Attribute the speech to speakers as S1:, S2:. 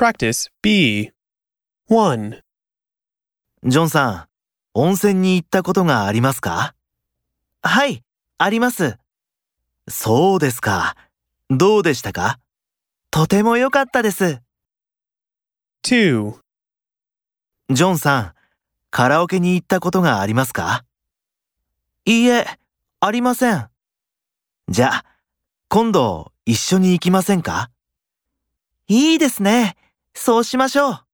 S1: Practice B. 1.
S2: ジョンさん、温泉に行ったことがありますかはい、あります。そうですか。どうでしたかとても良かったです。
S1: 2.
S2: ジョンさん、カラオケに行ったことがありますかいいえ、ありません。じゃあ、今度一緒に行きませんかいいですね。そうしましょう。